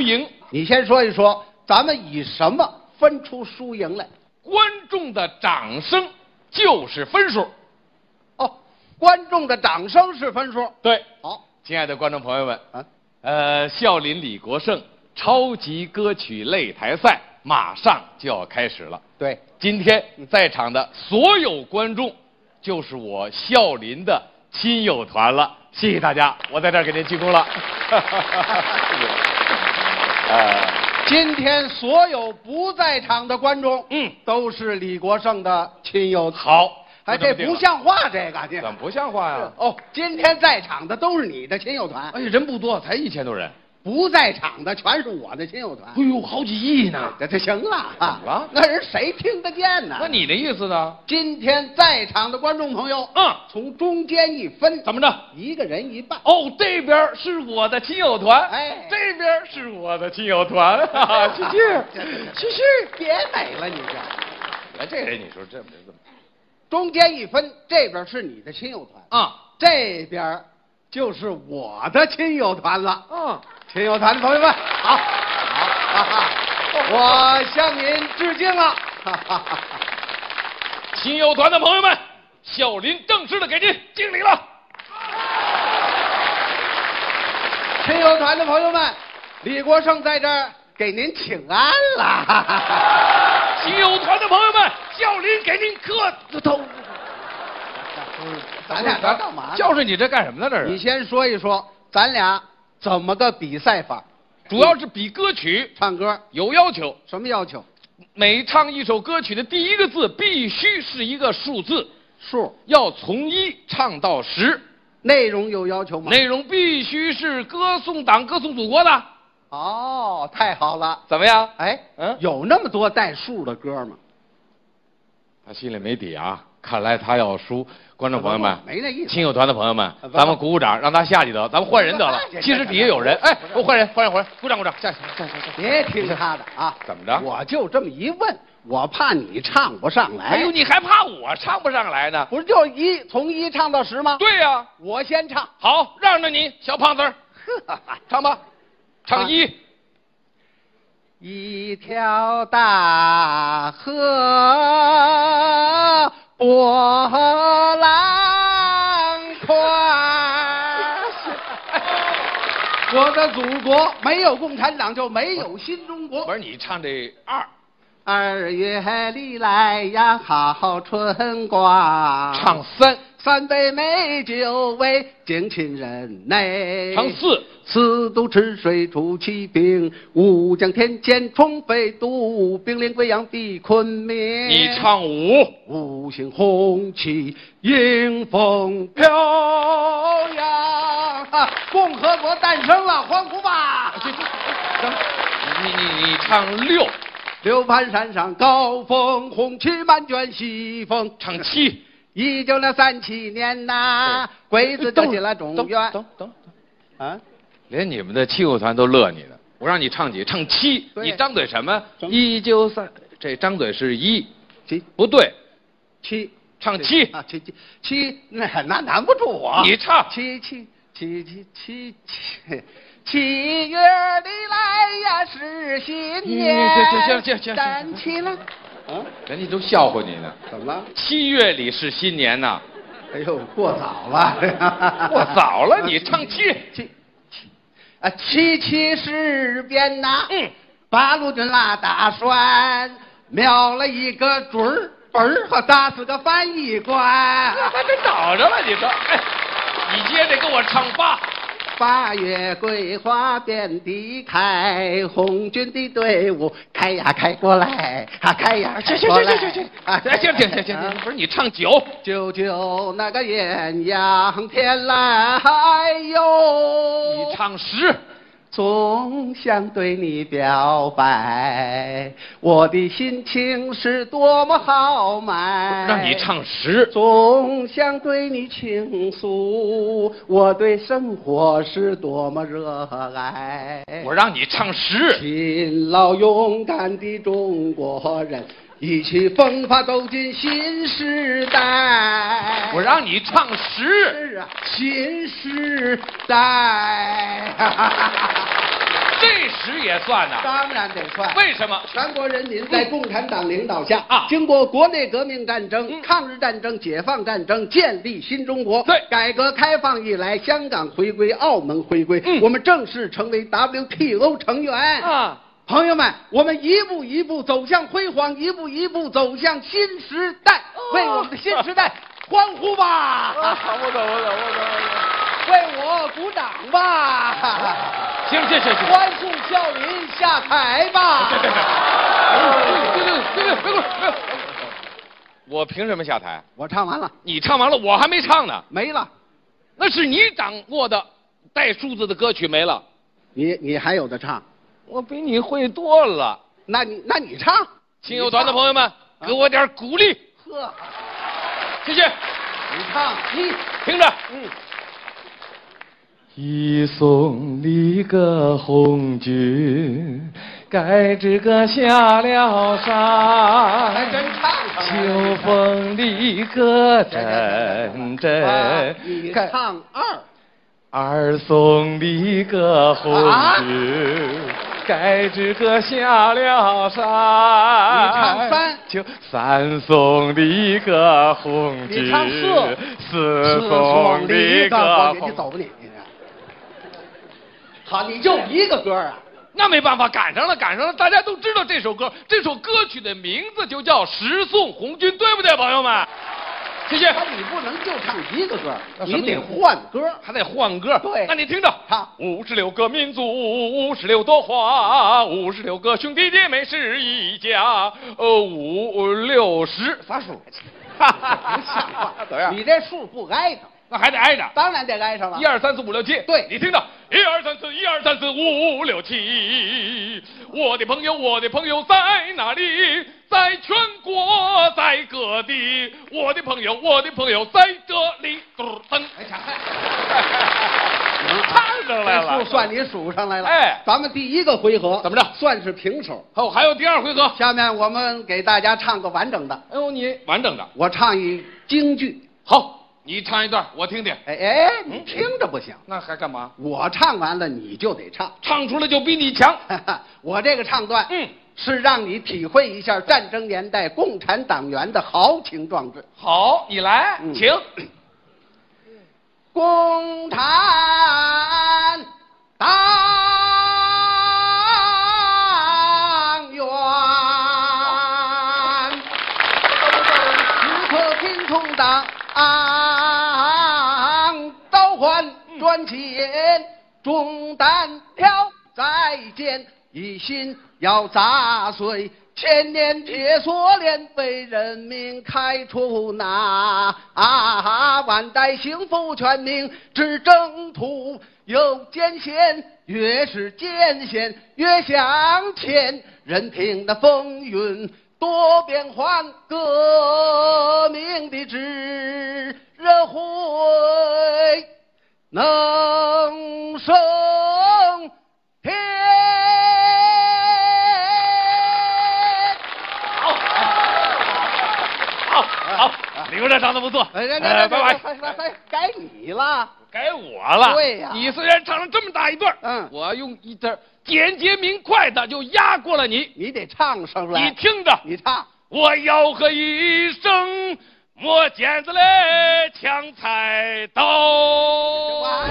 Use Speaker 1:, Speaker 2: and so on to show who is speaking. Speaker 1: 赢，
Speaker 2: 你先说一说，咱们以什么分出输赢来？
Speaker 1: 观众的掌声就是分数。
Speaker 2: 哦，观众的掌声是分数。
Speaker 1: 对，
Speaker 2: 好
Speaker 1: 亲爱的观众朋友们，
Speaker 2: 啊，
Speaker 1: 呃，笑林李国盛超级歌曲擂台赛马上就要开始了。
Speaker 2: 对，
Speaker 1: 今天在场的所有观众，就是我笑林的亲友团了。谢谢大家，我在这儿给您鞠躬了。 呃，
Speaker 2: 今天所有不在场的观众，
Speaker 1: 嗯，
Speaker 2: 都是李国盛的亲友。，
Speaker 1: 好，
Speaker 2: 哎，这不，像话，这个这
Speaker 1: 啊怎
Speaker 2: 个
Speaker 1: 么不像话呀、
Speaker 2: 哦，今天在场的都是你的亲友团
Speaker 1: 哎，呀，人不多，才一千多人。
Speaker 2: 不在场的全是我的亲友团
Speaker 1: 哎。呦，好几亿呢！
Speaker 2: 这这行了啊
Speaker 1: 怎么了
Speaker 2: 那人谁听得见呢？
Speaker 1: 那你的意思呢？
Speaker 2: 今天在场的观众朋友，
Speaker 1: 嗯
Speaker 2: 从中间一分，
Speaker 1: 怎么着？
Speaker 2: 一个人一半。
Speaker 1: 哦，这边是我的亲友团，
Speaker 2: 哎
Speaker 1: 这边是我的亲友团，哈
Speaker 2: 啊
Speaker 1: 哈，去 去去去！
Speaker 2: 别美了，你这
Speaker 1: 哎，这人你说这这怎么？
Speaker 2: 中间一分，这边是你的亲友团，
Speaker 1: 啊
Speaker 2: 这边就是我的亲友团了。
Speaker 1: 啊！
Speaker 2: 亲友团的朋友们，好，好，哈哈，我向您致敬了。 哈哈哈哈
Speaker 1: 亲友团的朋友们，小林正式的给您敬礼了。
Speaker 2: 亲友团的朋友们，李国盛在这儿给您请安了。哈哈哈哈
Speaker 1: 亲友团的朋友们，小林给您磕头。
Speaker 2: 咱俩这干嘛呢？
Speaker 1: 就是你这干什么呢？这
Speaker 2: 你
Speaker 1: 是，
Speaker 2: 先说一说，咱俩怎么个比赛法？
Speaker 1: 主要是比歌曲
Speaker 2: 唱歌
Speaker 1: 有要求，
Speaker 2: 什么要求？
Speaker 1: 每唱一首歌曲的第一个字必须是一个数字，
Speaker 2: 数
Speaker 1: 要从一唱到十，
Speaker 2: 内容有要求吗？
Speaker 1: 内容必须是歌颂党、歌颂祖国的，
Speaker 2: 哦，太好了！
Speaker 1: 怎么样？
Speaker 2: 哎，
Speaker 1: 嗯
Speaker 2: 有那么多带数的歌吗？
Speaker 1: 他心里没底啊，看来他要输。观众朋友们，
Speaker 2: 没那意思
Speaker 1: 亲友团的朋友们
Speaker 2: 不，不
Speaker 1: 咱们鼓鼓掌，让他下去得了，咱们换人得了
Speaker 2: 不。不
Speaker 1: 其实底下有人，哎，我换人，换人，换人，鼓掌，鼓掌，下去。
Speaker 2: 别听他的啊！
Speaker 1: 嗯 怎么着
Speaker 2: 我就这么一问，我怕你唱不上来。
Speaker 1: 哎呦，你还怕我唱不上来呢？
Speaker 2: 不是就一从一唱到十吗？，
Speaker 1: 对呀、
Speaker 2: 我先唱。
Speaker 1: 好，让着你，小胖子儿， 唱吧，唱一。
Speaker 2: 一条大河波浪
Speaker 1: 啊哎
Speaker 2: 宽。我的祖国没有共产党就没有新中
Speaker 1: 不
Speaker 2: 国。
Speaker 1: 是你唱这二，
Speaker 2: 二月里来呀，好春光。
Speaker 1: 唱三，
Speaker 2: 三杯美酒为敬亲人内。
Speaker 1: 唱四，
Speaker 2: 四渡赤水出奇兵，五将天堑冲飞渡，兵临贵阳避昆明。
Speaker 1: 你唱五。
Speaker 2: 五星红旗迎风飘 扬、啊，共和国诞生了，欢呼吧！
Speaker 1: 你你你唱六，
Speaker 2: 六盘山上高峰，红旗满卷西风。
Speaker 1: 唱七，
Speaker 2: 一九六三七年呐、鬼子走进了中
Speaker 1: 等
Speaker 2: 原。
Speaker 1: 等等，
Speaker 2: 啊，
Speaker 1: 连你们的亲友团都乐你呢。我让你唱几，唱七，
Speaker 2: 对
Speaker 1: 你张嘴什么？
Speaker 2: 张
Speaker 1: 一九三，这张嘴是一，
Speaker 2: 七
Speaker 1: 不对，
Speaker 2: 七
Speaker 1: 唱七，
Speaker 2: 啊，七七七，那那难不住我。
Speaker 1: 你唱
Speaker 2: 七七七七七七。七月里来呀是新
Speaker 1: 嗯行行
Speaker 2: 年，
Speaker 1: 行行行
Speaker 2: 站起来。啊，
Speaker 1: 人家都笑话你呢。
Speaker 2: 怎么了？
Speaker 1: 七月里是新年呐，
Speaker 2: 哎呦，过早了，
Speaker 1: 过早了你唱七
Speaker 2: 七七啊，七七事变呐，
Speaker 1: 嗯，
Speaker 2: 八路军拉大栓，瞄了一个准儿，本儿和打死个翻译官。
Speaker 1: 还真找着了，你说，哎，你接着跟我唱八，
Speaker 2: 八月桂花遍地开，红军的队伍开呀开过来，啊开呀开过来，啊
Speaker 1: 哎行行行行行，不是你唱九，
Speaker 2: 九九那个艳阳天哎来哟，
Speaker 1: 你唱十，
Speaker 2: 总想对你表白，我的心情是多么豪迈。
Speaker 1: 让你唱十，
Speaker 2: 总想对你倾诉，我对生活是多么热爱。
Speaker 1: 我让你唱十，
Speaker 2: 勤劳勇敢的中国人，意气风发走进新时代。
Speaker 1: 我让你唱十。
Speaker 2: 是啊，新时代。
Speaker 1: 这时也算呐、
Speaker 2: 当然得算。
Speaker 1: 为什么？
Speaker 2: 全国人民在共产党领导下
Speaker 1: 啊
Speaker 2: 经过国内革命战争、
Speaker 1: 嗯
Speaker 2: 抗日战争、解放战争，建立新中国。
Speaker 1: 对
Speaker 2: 改革开放以来，香港回归，澳门回归，
Speaker 1: 嗯
Speaker 2: 我们正式成为 WTO 成员。
Speaker 1: 啊，
Speaker 2: 朋友们，我们一步一步走向辉煌，一步一步走向新时代，
Speaker 1: 哦
Speaker 2: 为我们的新时代 欢呼吧，
Speaker 1: 啊，我懂，我懂，我懂，我
Speaker 2: 为我鼓掌吧，
Speaker 1: 懂。行，行行行。
Speaker 2: 欢送笑林下台 吧。
Speaker 1: 对对对对对对，别过来，别过来。我凭什么下台？
Speaker 2: 我唱完了，
Speaker 1: 你唱完了，我还没唱呢。
Speaker 2: 没了。
Speaker 1: 那是你掌握的带数字的歌曲没了，
Speaker 2: 你你还有的唱，
Speaker 1: 我比你会多了。
Speaker 2: 那你那你唱，
Speaker 1: 亲友团的朋友
Speaker 2: 啊
Speaker 1: 们，给我点鼓励，
Speaker 2: 呵，
Speaker 1: 谢谢。
Speaker 2: 你唱，你
Speaker 1: 听着，
Speaker 3: 一送你个红军，该这个下了
Speaker 2: 还
Speaker 3: 山。
Speaker 2: 真唱上了。
Speaker 3: 秋风里个阵
Speaker 2: 啊
Speaker 3: 阵，
Speaker 2: 你
Speaker 3: 该
Speaker 2: 唱二，
Speaker 3: 二送你个红
Speaker 2: 啊
Speaker 3: 军，该这个下了山。
Speaker 2: 你唱三
Speaker 3: 就三送你个红军，
Speaker 2: 你唱四
Speaker 3: 四送你个
Speaker 2: 你
Speaker 3: 红
Speaker 2: 走吧你。你好，你就一个歌啊？
Speaker 1: 那没办法，赶上了，赶上了。大家都知道这首歌，这首歌曲的名字就叫《十送红军》，对不对，朋友们？谢谢。
Speaker 2: 那你不能就唱一个歌，
Speaker 1: 那什么
Speaker 2: 你得
Speaker 1: 意思
Speaker 2: 换歌。
Speaker 1: 还得换歌。
Speaker 2: 对
Speaker 1: 那你听着，
Speaker 2: 好
Speaker 1: 五十六个民族，五十六朵花，五十六个兄弟姐妹是一家，呃，五六十，
Speaker 2: 啥 数？
Speaker 1: 哈
Speaker 2: 不像话
Speaker 1: 怎么样？
Speaker 2: 你这数不挨上，
Speaker 1: 那还得挨着。
Speaker 2: 当然得挨上了
Speaker 1: 一。二三四五六七，
Speaker 2: 对
Speaker 1: 你听着，一二三四，一二三四五五六七，我的朋友，我的朋友在哪里？在全国，在各地，我的朋友，我的朋友在这里，嘟儿噔，
Speaker 2: 哎呀嗨
Speaker 1: 看上来了，
Speaker 2: 嗯这数算你数上来了。
Speaker 1: 哎
Speaker 2: 咱们第一个回合
Speaker 1: 怎么着
Speaker 2: 算是平手。
Speaker 1: 哦，还有第二回合，
Speaker 2: 下面我们给大家唱个完整的，
Speaker 1: 哎呦，你完整的
Speaker 2: 我唱一京剧。
Speaker 1: 好，你唱一段我听听。
Speaker 2: 哎哎，
Speaker 1: 嗯
Speaker 2: 你听着不行，
Speaker 1: 那还干嘛？
Speaker 2: 我唱完了你就得唱。
Speaker 1: 唱出来就比你强。
Speaker 2: 我这个唱段，
Speaker 1: 嗯，
Speaker 2: 是让你体会一下战争年代共产党员的豪情壮志。
Speaker 1: 好，你来，
Speaker 2: 嗯
Speaker 1: 请。
Speaker 2: 共产党员，时刻听从党啊召唤，赚钱重担挑再见，一心要砸碎千年铁锁链，为人民开出那、啊、万代幸福全民之征途。有艰险，越是艰险越向前，任凭那风云多变幻，革命的智慧。能升天。哎
Speaker 1: 好，好，好，李科长唱的不错。
Speaker 2: 哎，来
Speaker 1: 呃
Speaker 2: 来来
Speaker 1: 拜
Speaker 2: 来
Speaker 1: 拜。
Speaker 2: 来来，该你了。
Speaker 1: 该我了。
Speaker 2: 对呀
Speaker 1: 你虽然唱了这么大一段，
Speaker 2: 嗯
Speaker 1: 我用一段简洁明快的就压过了你。
Speaker 2: 你得唱上
Speaker 1: 你
Speaker 2: 来，
Speaker 1: 听着，
Speaker 2: 你唱。
Speaker 1: 我吆喝一声，磨剪子嘞，抢菜刀。